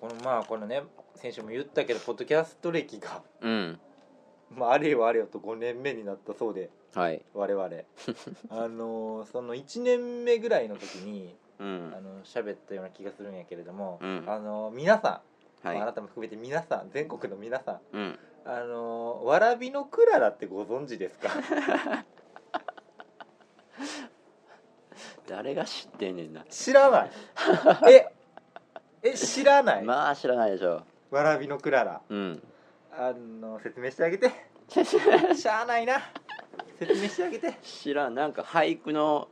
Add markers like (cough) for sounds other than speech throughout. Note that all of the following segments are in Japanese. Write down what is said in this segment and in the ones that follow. このまあこのね先週も言ったけどポッドキャスト歴が、 (laughs) うんまあ、あれよあれよと5年目になったそうではい我 (laughs) 々あのその1年目ぐらいの時にうんあの喋ったような気がするんやけれども、うんあの皆さん、はいまああなたも含めて皆さん全国の皆さんうんあのわらびのクララってご存知 (laughs) ですか誰が知ってんねんな知ら (laughs) ないええ知らない、まあ知らないでしょわらびのクララ (laughs) うんあの説明してあげ (laughs) てしゃあないな説明してあげて知らんなんか俳句の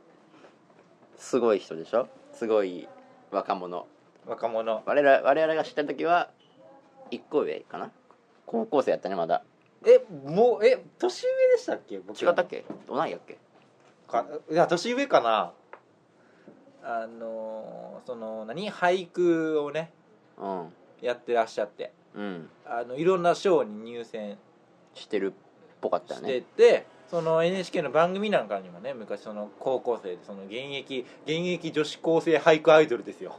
すごい人でしょすごい若者若者我々我々が知った時は一個上かな高校生やったねまだえもうえ年上でしたっけ僕違ったっけ同いやっけかいや年上かなあのその何俳句をねうんやってらっしゃってうんあのいろんな賞に入選してるっぽかったよしてねて、その NHK の番組なんかにもね昔その高校生でその現役現役女子高生俳句アイドルですよ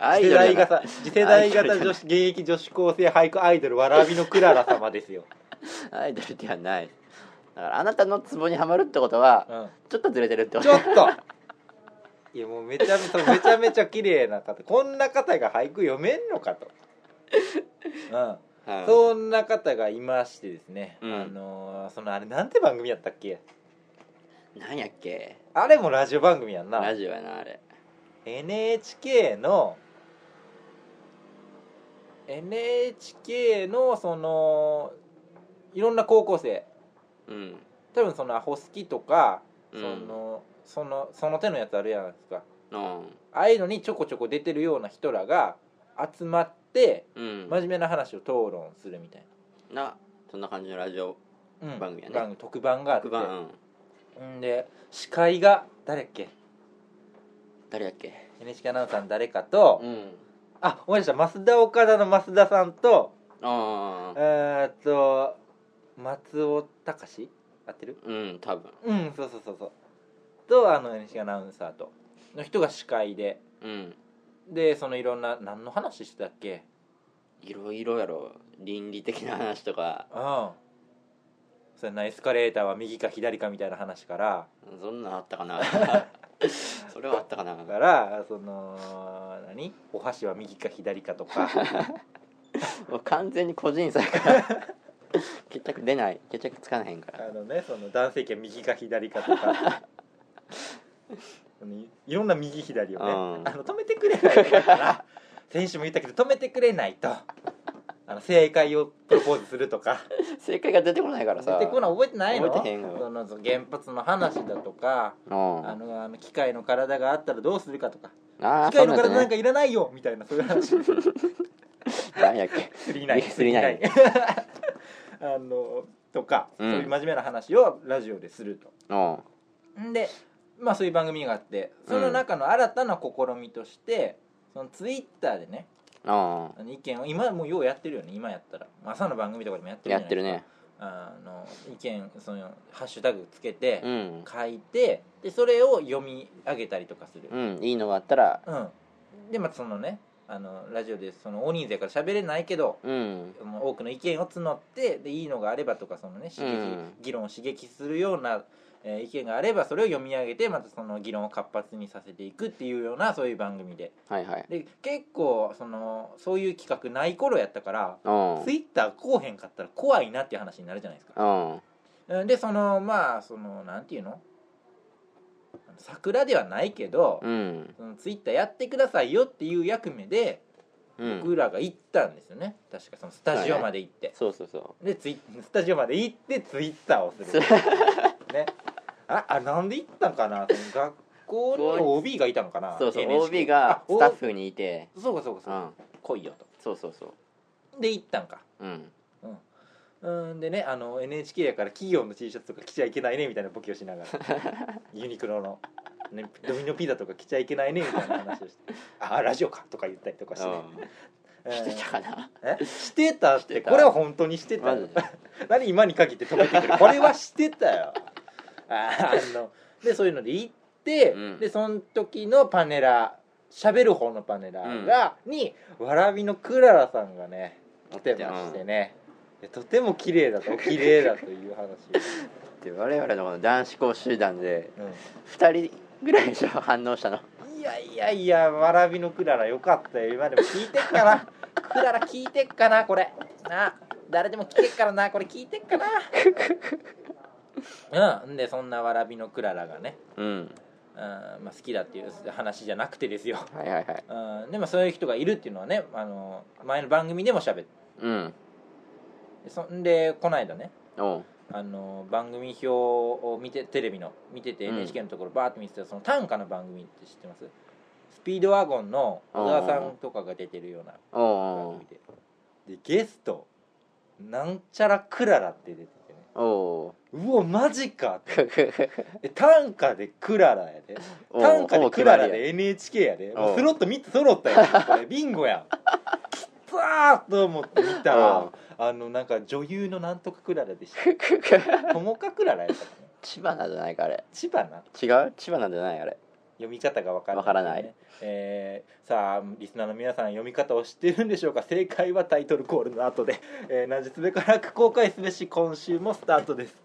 アイ次世ドル代やな型次世代アイド型ルじゃない女子現役女子高生俳句アイドルわらびのクララ様ですよ、 (laughs) アイドルではないだからあなたのツボにはまるってことはうん、ちょっとずれてるってこちょとっといやもうめちゃめちゃめちゃめちゃ綺麗な方こんな方が俳句読めんのかと、うん、はいそんな方がいましてですね、うんあのーそのあれなんて番組やったっけ何やっけあれもラジオ番組やんなラジオやなあれ NHK の NHK のそのいろんな高校生うん多分そのアホスキとか、うんそのそのその手のやつあるやないですかうんああいうのにちょこちょこ出てるような人らが集まってうん真面目な話を討論するみたいなそんな感じのラジオな、うん番組やね特番があって特番うんうんで司会が誰やっけ誰やっけ NHK アナウンサーの誰かと、うんあ思い出した増田岡田の増田さんとああえーっと松尾隆合ってるうん多分うんそうそうそうそうとあの NHK アナウンサーとの人が司会でうんでそのいろんな何の話してたっけいろいろやろ倫理的な話とかうんそれなエスカレーターは右か左かみたいな話からそんなんあった (laughs) かなそれはあったかなだからその何お箸は右か左かと (laughs) かもう完全に個人差やから (laughs) 決着出ない決着つかないんからあのねその男性器は右か左か (laughs) とかそのいいろんな右左をね、うんあの止めてくれないから選手も言ったけど止めてくれないとあの正解をプロポーズするとか正解が出てこないから出さてこない覚えてないの覚えてへんよそのその原発の話だとかうんああのあの機械の体があったらどうするかとかあー機械そのうなんだ体なんかねいらないよみたいなそういう話何やっけ釣りない釣りない (laughs) あのとか、うんそういう真面目な話をラジオでするとうんんでまあそういう番組があってその中の新たな試みとして、そのツイッターでねうんあの意見を今もうようやってるよね今やったら朝の番組とかでもやってるじゃやなっいてるねあの意見そのハッシュタグつけてうん書いてでそれを読み上げたりとかするうんいいのがあったらうん、でまあそのねあのラジオでその大人数やから喋れないけどうんあの多くの意見を募ってでいいのがあればとかそのね刺激、うん議論を刺激するような、えー意見があればそれを読み上げてまたその議論を活発にさせていくっていうようなそういう番組ではいはいで結構そのそういう企画ない頃やったから、うんツイッターこうへんかったら怖いなっていう話になるじゃないですかうんうんでそのまあそのなんていうのあの桜ではないけど、うんそのツイッターやってくださいよっていう役目でうん僕らが行ったんですよね確かそのスタジオまで行って、そうそうそでツイスタジオまで行ってツイッターをすうる (laughs) ねああなんで行ったんかなその学校に OB がいたのかなそうそう NHK OB があスタッフにいて O- そうかそうかうそうか、ん来いよとそうそうそで行ったんかううんうんでねあの NHK やから企業の T シャツとか着ちゃいけないねみたいなボケをしな (laughs) がらユニクロの、ね、ドミノピザとか着ちゃいけないねみたいな話をして「あラジオか」とか言ったりとかして、ねうんしてたかなえしてたっしててたこれは本当にしてたマよジで何今に限って止めてくるこれはしてたよあーあのでそういうので行って、うんでその時のパネラー喋る方のパネラーが、にわらびのクララさんがね出ましてね、いやとても綺麗だとお綺麗だという話を、で我々のこの男子校集団でうん2人ぐらいでしょ反応したのいやいやいや、わらびのクララよかったよ。今でも聞いてっかな。クララ聞いてっかな、これ。なあ、誰でも聞けっからな、これ聞いてっかな。うん、んで、そんなわらびのクララがね、うんうんまあ、好きだっていう話じゃなくてですよ。はいはいはいうん、でもそういう人がいるっていうのはね、あの前の番組でも喋って。うんそんで、こないだね。おうあの番組表を見てテレビの見ててうん NHK のところバーって見てたらその短歌の番組って知ってますスピードワゴンの小沢さんとかが出てるような番お組ででゲストなんちゃらクララって出ててねうおううわマジかってふふふえ短歌でクララやでおう短歌おでうクララ決まりやで NHK やでおうもうスロット3つ揃った (laughs) やんこれビンゴやんきったーと思って見たうらんあのなんか女優のなんとかクララで (laughs) した友かクララやったかな千葉なんじゃないかあれ千葉な違う千葉なんじゃないあれ読み方がわからない,、わからないえーさあリスナーの皆さん読み方を知ってるんでしょうか正解はタイトルコールの後で「えー、なじつべからく公開すべし」今週もスタートです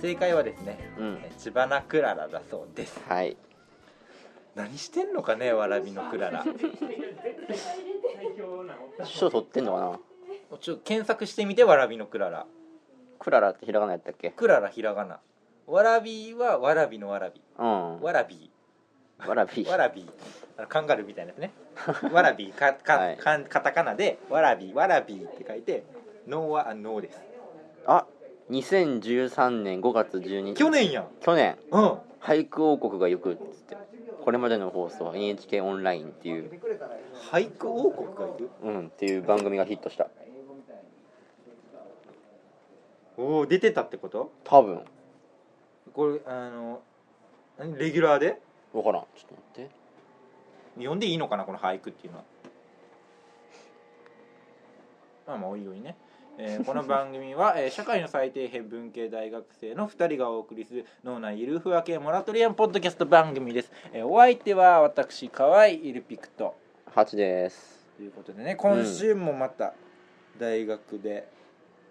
正解はですねうん千葉なクララだそうですはい何してんのかねわらびのクララ賞取ってんのかなちょ検索してみてわらびのクララクララってひらがなやったっけクララひらがなわらびはわらびのわらびうんわらびわらびわらびあのカンガルーみたいなやつ (laughs) ねわらびかか、はいかんカタカナでわらびわらびって書いてノーはあノーですあ2013年5月12去年やん去年うん俳句王国が行くっつってこれまでの放送は NHK オンラインっていう、俳句王国がいるうん、っていう番組がヒットしたおお出てたってこと多分これあの何レギュラーで分からんちょっと待って読んでいいのかなこの俳句っていうのはまあまあおいおいね、えーこの番組は、えー社会の最底辺文系大学生の2人がお送りする脳内ゆるふわ系モラトリアンポッドキャスト番組です、えーお相手は私河合イルピクト8ですということでね今週もまた大学で、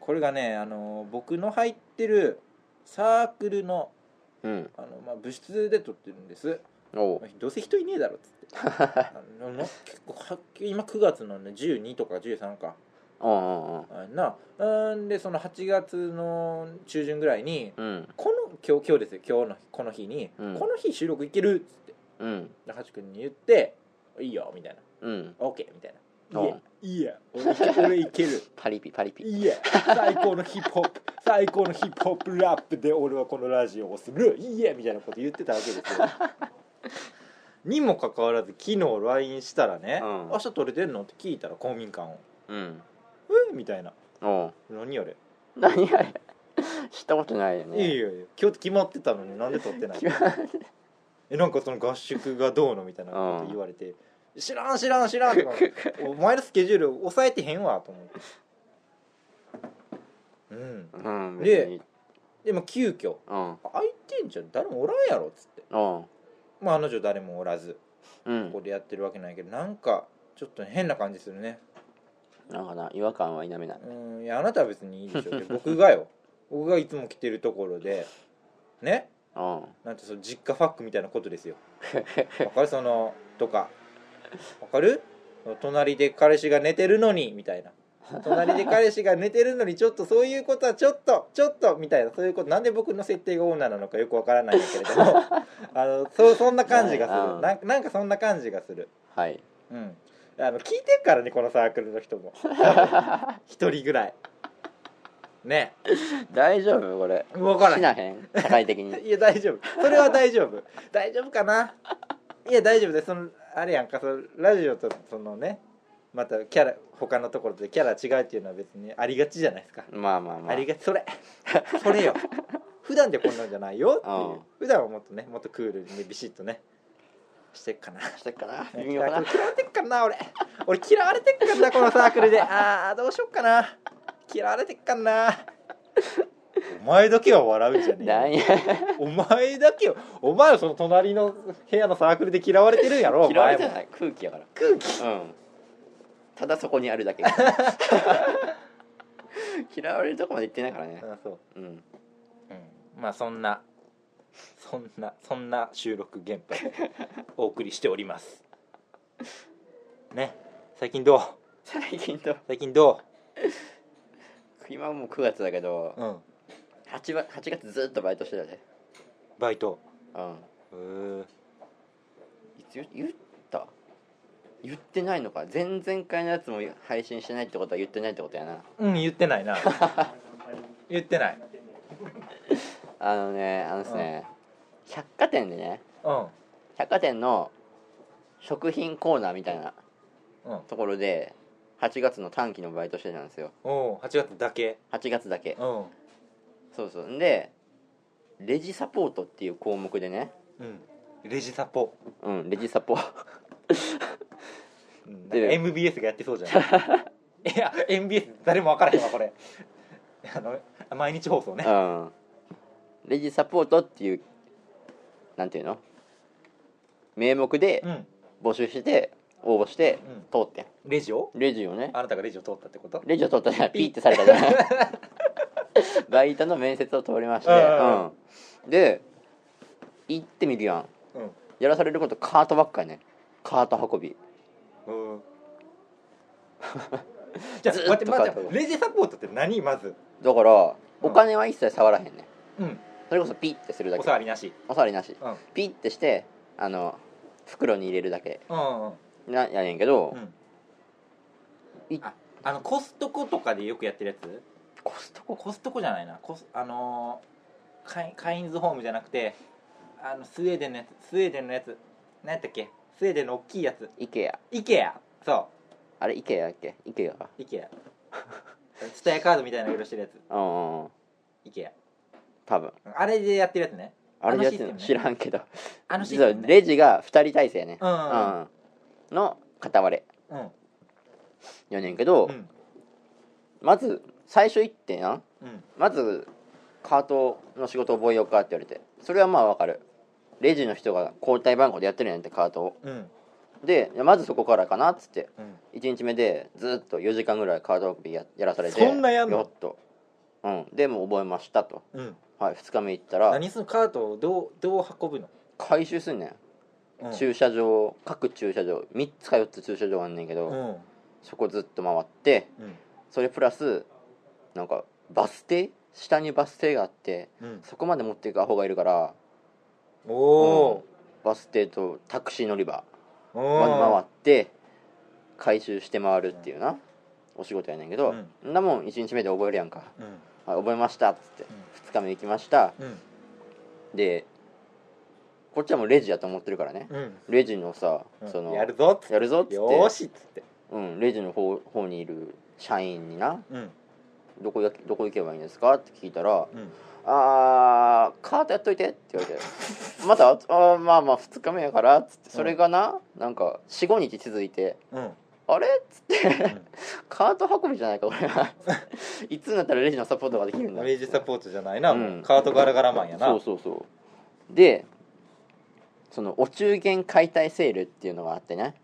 これがねあの僕の入ってるサークルのうんあの、まあ、部室で撮ってるんですおう (laughs) どうせ人いねえだろっつってあのな結構はっきり今9月のね12とか13かうんうんあなうんでその8月の中旬ぐらいにうんこの今日今日ですよ今日のこの日に、うんこの日収録いけるっつってうんで橋君に言って「いいよ」みたいなうん「OK」みたいな「ういんやいいや俺いけ俺いける」パリピパリピいや最高のヒップホップ最高のヒップホップラップで俺はこのラジオをするいやみたいなこと言ってたわけです (laughs) よにもかかわらず昨日 LINE したらねうん明日撮れてんの?」って聞いたら公民館をうん「えみたいなおう「何あれ、何あれ知ったことないよねいやいやいや今日決まってたのになんで撮ってないえなんかその合宿がどうの?」みたいなこと言われて「知らん知らん知らん」とか「お前のスケジュール抑えてへんわ」と思ってうん (laughs) うんで別にでも急遽うん空いてんじゃん誰もおらんやろっつってうんまあ彼女誰もおらずうここんでやってるわけないけどなんかちょっと変な感じするねなんかな違和感は否めないうーんいやあなたは別にいいでしょうけど僕がよ僕がいつも来てるところでねうん (laughs) なんてその実家ファックみたいなことですよわかるそのとかわかる隣で彼氏が寝てるのにみたいな隣で彼氏が寝てるのにちょっとそういうことはちょっとちょっとみたいなそういうことなんで僕の設定が女なのかよくわからないんだけれども (laughs) あのそうそんな感じがすはいうんるなんなんかそんな感じがするはいうんあの聞いてるからねこのサークルの人も多 (laughs) 分一人ぐらいね大丈夫これ分からしなないへん社会的に (laughs) いや大丈夫それは大丈夫大丈夫かないや大丈夫ですそのあれやんかそのラジオとそのねまたキャラ他のところでキャラ違うっていうのは別にありがちじゃないですかまあまあまあありがそれそれよ普段でこんなんじゃないよっていううん普段はもっとねもっとクールにねビシッとねしてっかなしてっかなね微妙かサーなクル嫌われてっからな俺俺嫌われてっからなこのサークルでああどうしよっかな嫌われてっからなお前だけは笑うじゃねえ何よや (laughs) お前だけよお前はその隣の部屋のサークルで (laughs) 嫌われてるんやろお嫌われ前てもない空気やから空気うんただそこにあ (laughs) るだけ嫌われるとこまで行ってないからねあそう、うんうん、まあそんなそんなそんな収録現場でお送りしておりますね最近どう最近と最近ど今はもう9月だけどう、うん、 8, わ8月ずっとバイトしてたねバイトうんへーいつ言言った言ってないのか前々回のやつも配信してないってことは言ってないってことやなうん言ってないな言ってないあのねあのですね、百貨店でねうん百貨店の食品コーナーみたいなうんところで8月の短期のバイトしてたんですよおう8月だけ8月だうんけそうそうんでレジサポートっていう項目でねうんレジサポ、うんレジ (laughs) サポうん、で MBS がやってそう (laughs) じゃないいや MBS 誰も分からへんわこれあの毎日放送ねうんレジサポートっていうなんていうの名目でうん募集して応募してうん通ってんレジをレジをねあなたがレジを通ったってことレジを通ったらピーってされたじゃない (laughs) バイトの面接を通りまして、うんうん、で行ってみるやんうんやらされることカートばっかやねカート運びうん (laughs) じゃあずっと待って待っ変わてるレジサポートって何まずだからうんお金は一切触らへんねんうんそれこそピーってするだおけ触りなしお触りなしうんピーってしてあの袋に入れるだけうんうんなやねんけどう、んいああのコストコとかでよくやってるやつコストココストコじゃないなコスあのーカイカインズホームじゃなくてあのスウェーデンのやつスウェーデンのやつ何やったっけスウェーデンの大きいやつ IKEA イケアそあれ IKEA だっけ IKEA かうイ (laughs) ケアツタヤカードみたいな色してるやつうんうんうんイケア多分あれでやってるやつねあれでやってんあののシス知テムねらんけどあのシス実はテム、ね、レジが2人体制ねうんうんうんうんの片割れうんやねんけど、うんまず最初行ってなうんまずカートの仕事覚えようかって言われてそれはまあわかるレジの人が交代番号でやってるんやんってカートをうんでいやまずそこからかなっつってうん1日目でずっと4時間ぐらいカード運びややらされてそんなやんのよっとうんでもう覚えましたと、うんはい、2日目行ったら何するカートをどうどう運ぶの、回収すんねん、うん、駐車場各駐車場3つか4つ駐車場あんねんけど、うんそこずっと回ってうんそれプラスなんかバス停下にバス停があってうんそこまで持っていくアホがいるからおおバス停とタクシー乗り場ー、まで回うって回収して回るっていうなお仕事やねんけど、うんん、んなもん1日目で覚えるやんか、んうんはい、覚えましたっつって2日目行きましたうんでこっちはもうレジやと思ってるからねうんレジのさ、うんそのやるぞっつっやるぞっつっててよーしっつってうん、レジの方方にいる社員になうんどこやどこ行けばいいんですかって聞いたらうんあーカートやっといてって言われてまたあーまあまあ2日目やからっつってそれがな、なんか45日続いてうんあれっつって、んカート運びじゃないか俺はいつになったらレジのサポートができるんだレジサポートじゃないな、うんもうカートガラガラマンやなそうそうそうでそのお中元解体セールっていうのがあってね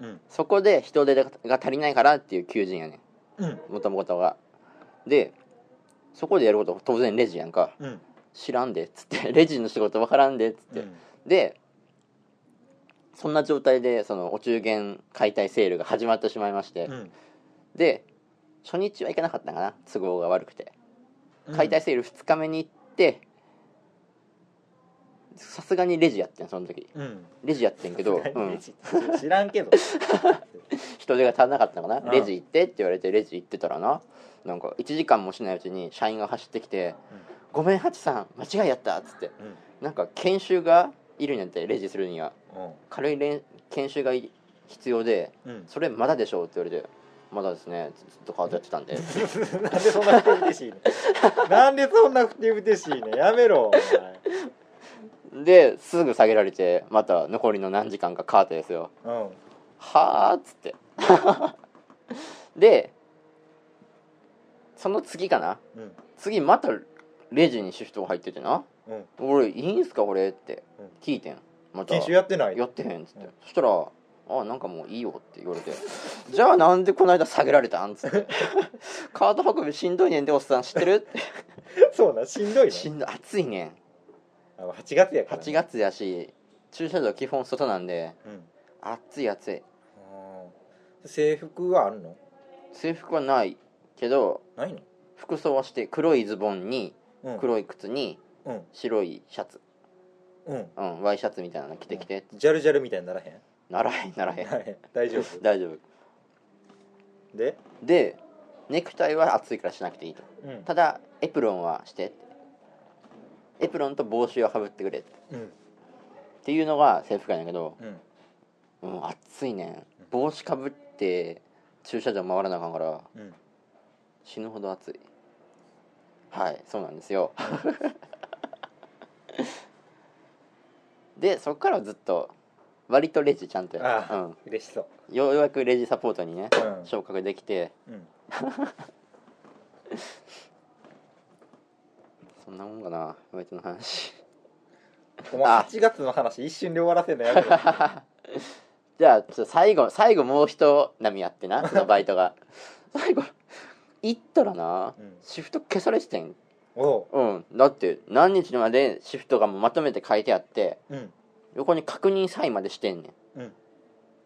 うんそこで人手が足りないからっていう求人やねうんもともとがでそこでやること当然レジやんかうん知らんでっつって (laughs) レジの仕事わからんでっつって、でそんな状態でそのお中元解体セールが始まってしまいまして、うんで初日は行かなかったかな都合が悪くてうん解体セール2日目に行って、さすがにレジやってんその時うんレジやってんけど、うん、知らんけど人手が足らなかったのかうんなレジ行ってって言われてレジ行ってたらななんか1時間もしないうちに社員が走ってきて「ごめんハチさん間違いやった」っつってうんうんなんか研修がいるんやってレジするには軽いれん研修がい必要でうんうん「それまだでしょ」って言われて「まだですねずずっとカードやってたんで」なんでそんな不手不手しいねなんでそんな不手不手しいねやめろおですぐ下げられてまた残りの何時間かカートですよ前うんはあっつってでその次かなうん次またレジにシフトが入っててなうん「俺いいんすかこれ」ってうん聞いてんまた研修やってないやってへんっつって、うんそしたら「あなんかもういいよ」って言われて「じゃあなんでこの間下げられたん?」っつ (laughs) って「カード運びしんどいねんでおっさん知ってる?」っそうなしんどいてね「しんどい暑いねんあの8月やから、ね、 8月やし駐車場基本外なんでうん暑い暑いあー制服はあるの制服はないけどないの服装はして黒いズボンにうん黒い靴にうん白いシャツうんうんワイシャツみたいなの着てきてジャルジャルみたいにならへんならへんならへんならへん (laughs) 大丈夫 (laughs) 大丈夫ででネクタイは暑いからしなくていいとうんただエプロンはしてエプロンと帽子をかぶってくれっうんていうのが制服やねんけどうんうん暑いねん帽子かぶって駐車場回らなあかんからうん死ぬほど暑いはいそうなんですよ (laughs) でそっからずっと割とレジちゃんとやああ、嬉しそううん、ようやくレジサポートにねうん昇格できてうんそんなもんかなバイトの話お前あ8月の話一瞬で終わらせんのやめ (laughs) ろ (laughs) じゃあちょっと最後最後もう一波あってな (laughs) そのバイトが最後行ったらな、うんシフト消されててんおううんだって何日までシフトがもうまとめて書いてあってうん横に確認サインまでしてんねんうん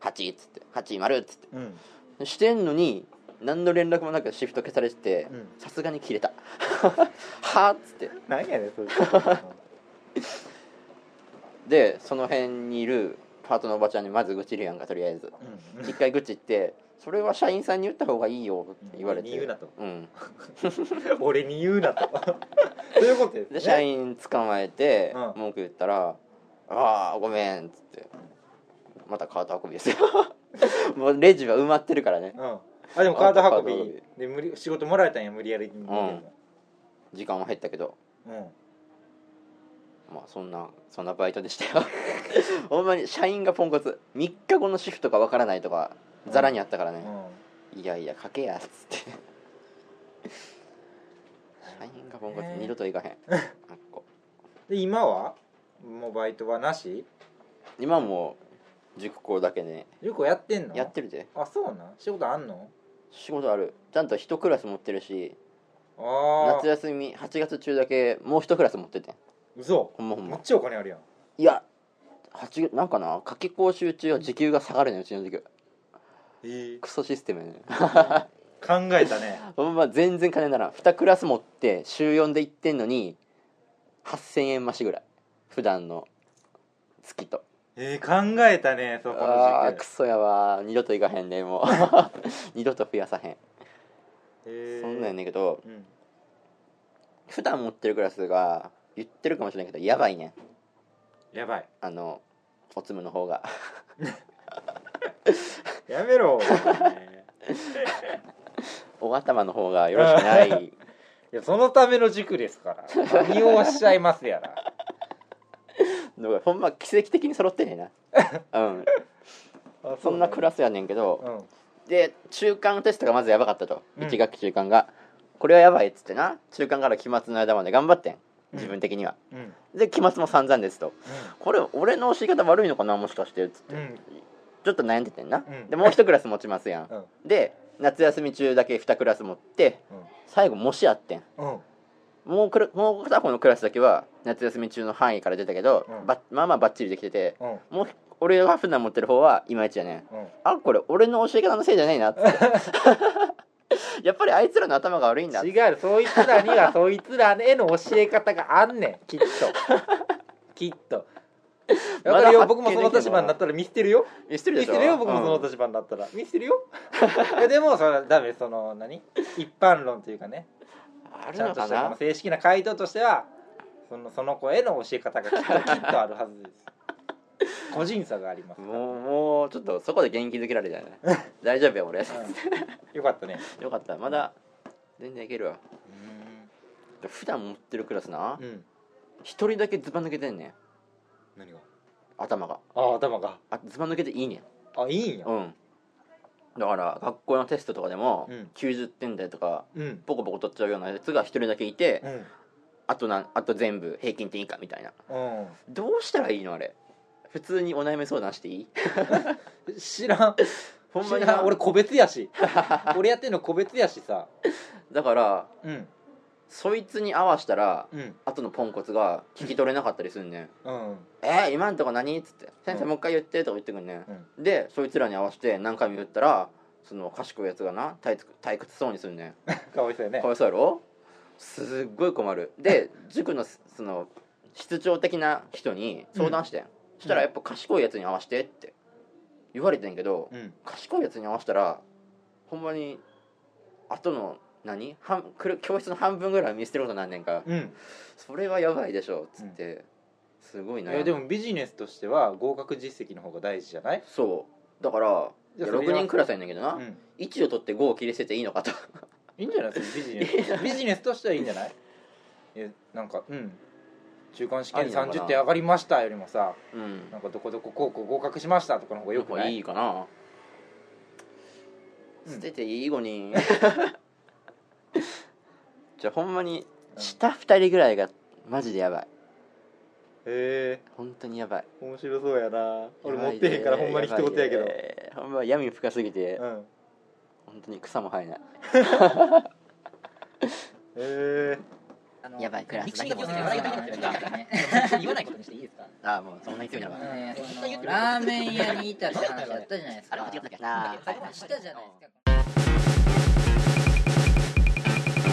8っつって80っつっうんてしてんのに何の連絡もなくシフト消されててうんさすがに切れた (laughs) はあっつって何やねん (laughs) それでその辺にいるパートのおばちゃんにまず愚痴るやんかとりあえずうん一回愚痴って「それは社員さんに言った方がいいよ」って言われて俺に言うなとうん、 (laughs) 俺に言うなと (laughs) そういうことですねで社員捕まえてうん文句言ったら「ああごめん」っつってまたカート運び (laughs) ですよもうレジは埋まってるからねうんあでもカード運カードび運びで無理仕事もらえたんや無理やりに時間は減ったけどうんまあそんなそんなバイトでし (laughs) たよほんまに社員がポンコツ3日後のシフトがわからないとかざらにあったからうね、んいやいや書けやっ (laughs) つって社員がポンコツね二度といかへ (laughs) んあっこで今はもうバイトはなし今もう塾講だけねよくやってんのやってるであそうなん仕事あんの仕事あるちゃんと一クラス持ってるしあ夏あ休み8月中だけもう一クラス持っててん嘘ほんまほんめまっちゃお金あるやんいや8月なんかな夏季講習中は時給が下がるねんうちの塾ええクソシステムやね (laughs) ん考えた (laughs) ねほんま全然金ならん2クラス持って週4で行ってんのに8000円増しぐらい普段の月とええ考えたねそこあのあ時ク期ソやわ二度と行かへんねもう (laughs) 二度と増やさへん、ええそんなんやねんけどうん普段持ってるクラスが言ってるかもしれないけどやばいねんやばいあのおつむの方が (laughs) やめろ (laughs) お頭の方がよろしくないいやそのための塾ですから利用しちゃいますやらの (laughs) がほんま奇跡的に揃ってんねえなうんあ (laughs) そんなクラススやねんけど、うんで中間テストがまずやばかったと、うん1学期中間がこれはやばいっつってな中間から期末の間まで頑張ってん自分的には、うんで期末も散々ですとこれ俺の教え方悪いのかなもしかしてっつって、うんちょっと悩んでてんな、うんでもう一クラス持ちますやん、うんで夏休み中だけ2クラス持って最後模試やってんうんうんもうクラもう片方のクラスだけは夏休み中の範囲から出たけど、うんばまあまあばっちりできててうんもう俺が普段持ってる方はいまいちやねんうんあこれ俺の教え方のせいじゃない (laughs) なっつって (laughs) やっぱりあいつらの頭が悪いんだっつって (laughs) 違うそいつらにはそいつらへの教え方があんねんきっときっとまだわかるよ発見僕もその立場になったら見捨てるよ見捨てる見捨でしょてるよ僕もその立場になったら、見捨てるよ (laughs) いやでもそれはダメその何一般論というかねうんあるちゃんのとかしたこのな正式な回答としてはそのその子への教え方がきっときっとあるはず (laughs) です個人差がありますから、もうもうちょっとそこで元気づけられたよね (laughs) 大丈夫よ俺うんよかったねよかったまだ全然いけるわう、普段持ってるクラスなんうん、一人だけズバ抜けてんねん何が頭があ頭があズバ抜けていいねんあいいんやうんだから学校のテストとかでもうん90点台とかうんポコポコ取っちゃうようなやつが一人だけいてうんあとなんあと全部平均点以下みたいなうんどうしたらいいのあれ普通にお悩み相談し (laughs) ていい知らんほんまに知らなん俺個別やし俺やってんの個別やしさだからうんそいつに合わしたらうん後のポンコツが聞き取れなかったりすんねんうん「えー、今んとこ何?」っつって「先生うんもう一回言って」とか言ってくんねん、でそいつらに合わせて何回も言ったらその賢いやつがな退屈退屈そうにするねかわいそうやんねかわいそうやろすっごい困るで塾のその室長的な人に相談してん、したらやっぱ賢いやつに合わせてって言われてんけど、うん賢いやつに合わせたらほんまに後の何半くる教室の半分ぐらい見捨てることなんねんから、うんそれはやばいでしょっつって、すごいい悩んやだでもビジネスとしては合格実績の方が大事じゃないそうだからじゃあそれ6人クラスやねんけどな、うん1を取って5を切り捨てていいのかといいんじゃないそれビジネスビジネスとしてはいいんじゃないいやなんかうん中間試あ験りなのかな30点上がりましたよりもさうんなんかどこどこ高校合格しましたとかの方がよくやっなぱいいいかな、うん捨てていい5人 (laughs) じゃあほんまにうん下2人ぐらいがマジでやばいへえ本当にやばい面白そうやな俺やば持いっねてへんからほんまに一言やけどばいねほんま闇深すぎて、うん本当に草も生えないへえやばいクラスミクシーの業績が悪いとか言ってたからね言わないことにしていいですかああもうそんなに強いなねえそのラーメン屋にいたって話だったじゃないですかあれ間違ってたっけあーはいはいしたじゃないで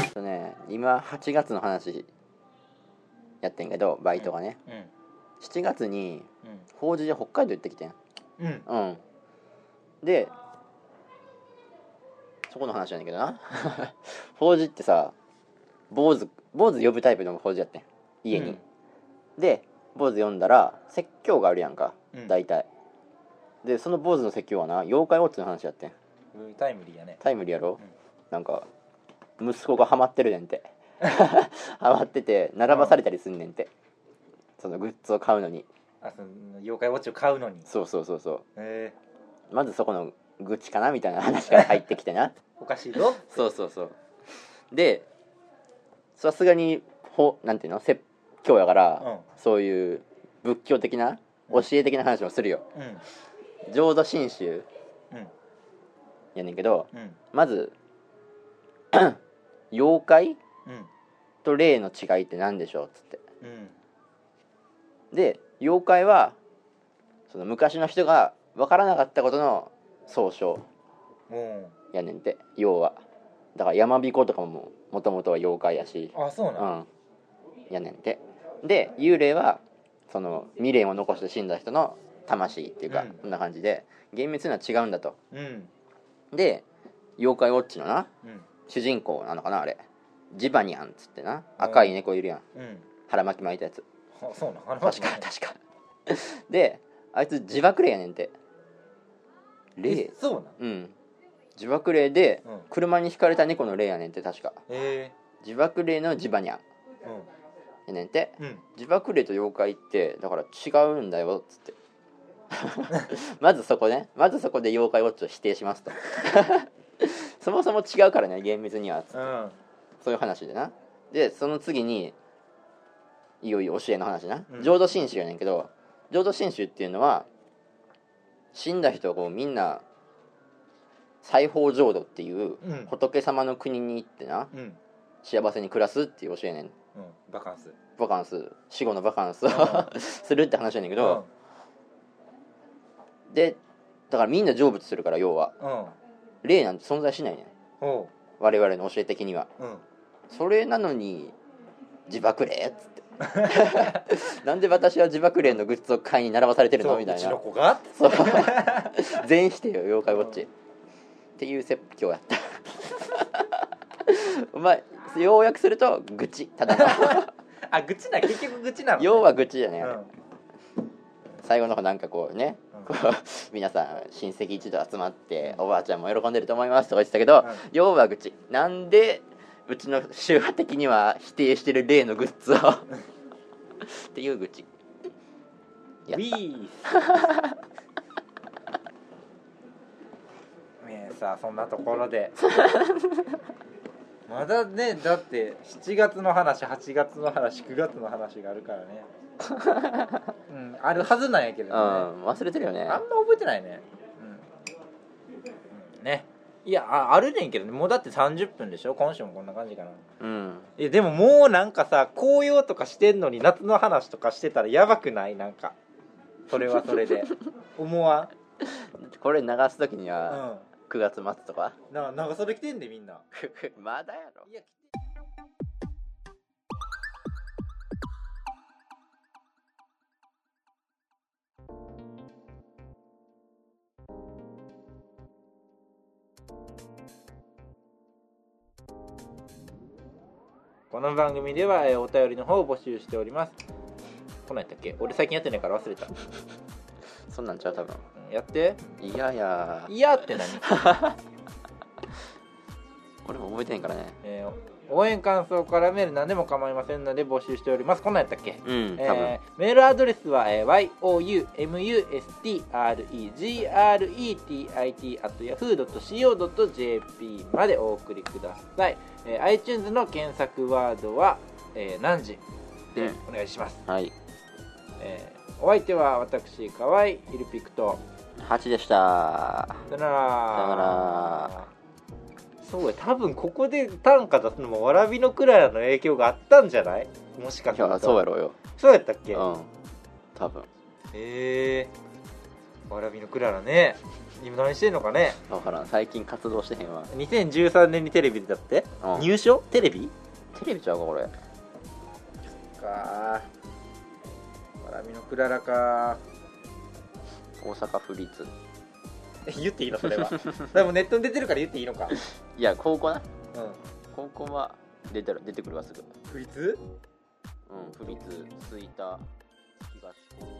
すかとね今8月の話やってんけどバイトがね、うん7月に法事で北海道行ってきてんうんうんうんでそこの話なんだけどな (laughs) 法事ってさ坊主坊主呼ぶタイプの法事やってん家に、で坊主呼んだら説教があるやんかうん大体、でその坊主の説教はな妖怪ウォッチの話やってんうんタイムリーやねタイムリーやろ、うんなんか息子がハマってるねんて (laughs) ハマってて並ばされたりすんねんてそのグッズを買うのにあその妖怪ウォッチを買うのにそうそうそうそへえうまずそこの愚痴かなみたいな話から入ってきてなおかしい (laughs) ぞそうそうそうでさすがにほなんていうの説教やから、そういう仏教的な教え的な話もするようんうん浄土真宗うんやねんけどうんまず (clears throat) 妖怪うんと霊の違いって何でしょうっつってうんで妖怪はその昔の人が分からなかったことの総称うんやねんて要はだから山彦とかももともとは妖怪やしあそううなんんやねんてで幽霊はその未練を残して死んだ人の魂っていうか、うんそんな感じで厳密には違うんだとうんで妖怪ウォッチのなうん主人公なのかなあれジバニャンっつってな赤い猫いるやんうん腹巻き巻いたやつあそうなん話確すかの確か (laughs) であいつ自爆霊やねんてえ霊そうなんうん自爆霊でうん車にひかれた猫の霊やねんて確かえ自爆霊のジバニャンえうんやねんて (laughs) うん自爆霊と妖怪ってだから違うんだよっつって (laughs) まずそこねまずそこで妖怪ウォッチを否定しますと (laughs) そもそも違うからね厳密にはうんそういう話でなでその次にいよいよ教えの話な、うん浄土真宗やねんけど浄土真宗っていうのは死んだ人をこうみんな西方浄土っていううん仏様の国に行ってなうん幸せに暮らすっていう教えやねんうんバカンスバカンス死後のバカンスをん (laughs) するって話やねんけど、でだからみんな成仏するから要はうんうん霊なんて存在しないねんほ我々の教え的にはううんそれなのに自爆霊っつって (laughs) なんで私は自爆連のグッズを買いに並ばされてるそのうみうたいちのな子がそう (laughs) 全否定よ妖怪ウォッチ、っていう説教 (laughs) やったお前要約すると愚痴た (laughs) だのあ愚痴な結局愚痴なのね要は愚痴じゃねうえ、んあれ最後の方なんかこうねうんこう (laughs) 皆さん親戚一同集まっておばあちゃんも喜んでると思いますとか言ってたけど、うん要は愚痴なんでうちの宗派的には否定してる例のグッ (laughs) ズをっていう愚痴やウっィース (laughs) ねえさあそんなところ (laughs) でまだねだって7月の話8月の話9月の話があるからねうんあるはずなんやけどた、ね、うん、忘れてるよねあんま覚えてないねうん、うん、ねいやああるねんけどねもうだって30分でしょ今週もこんな感じかなうんえでももうなんかさ紅葉とかしてんのに夏の話とかしてたらやばくないなんかそれはそれ (laughs) で思わんこれ流す時にうは9月末とか (laughs) んな長袖着てんでみんなまだやろいやこの番組ではえーお便りの方を募集しておりますこんなんやったっけ俺最近やってないから忘れた、うそんなんちゃう多分んやっていやいやいや (laughs) って何、これも覚えてへんからねえー応援感想からメール何でも構いませんので募集しておりますこんなんやったっけうん多分、えーメールアドレスは、えー、youmustregretiti.yahoo.co.jp までお送りください、えー iTunes の検索ワードは、えー、何時でお願いします、はいえーお相手は私河合イルピクと8でしたさよならさよならそうや多分ここで短歌出すのもわらびのクララの影響があったんじゃないもしかいするとやそうやろうよそうやったっけ、うん多分へえわらびのクララね今何してんのかね分からん最近活動してへんわ2013年にテレビ出たって、うん入賞テレビテレビちゃうかこれかわらびのクララか大阪府立言っていいのそれ (laughs) はでもネットに出てるから言っていいのかいや高校なう高校は出てる出てくるわすぐん不立うん府立吹田東高校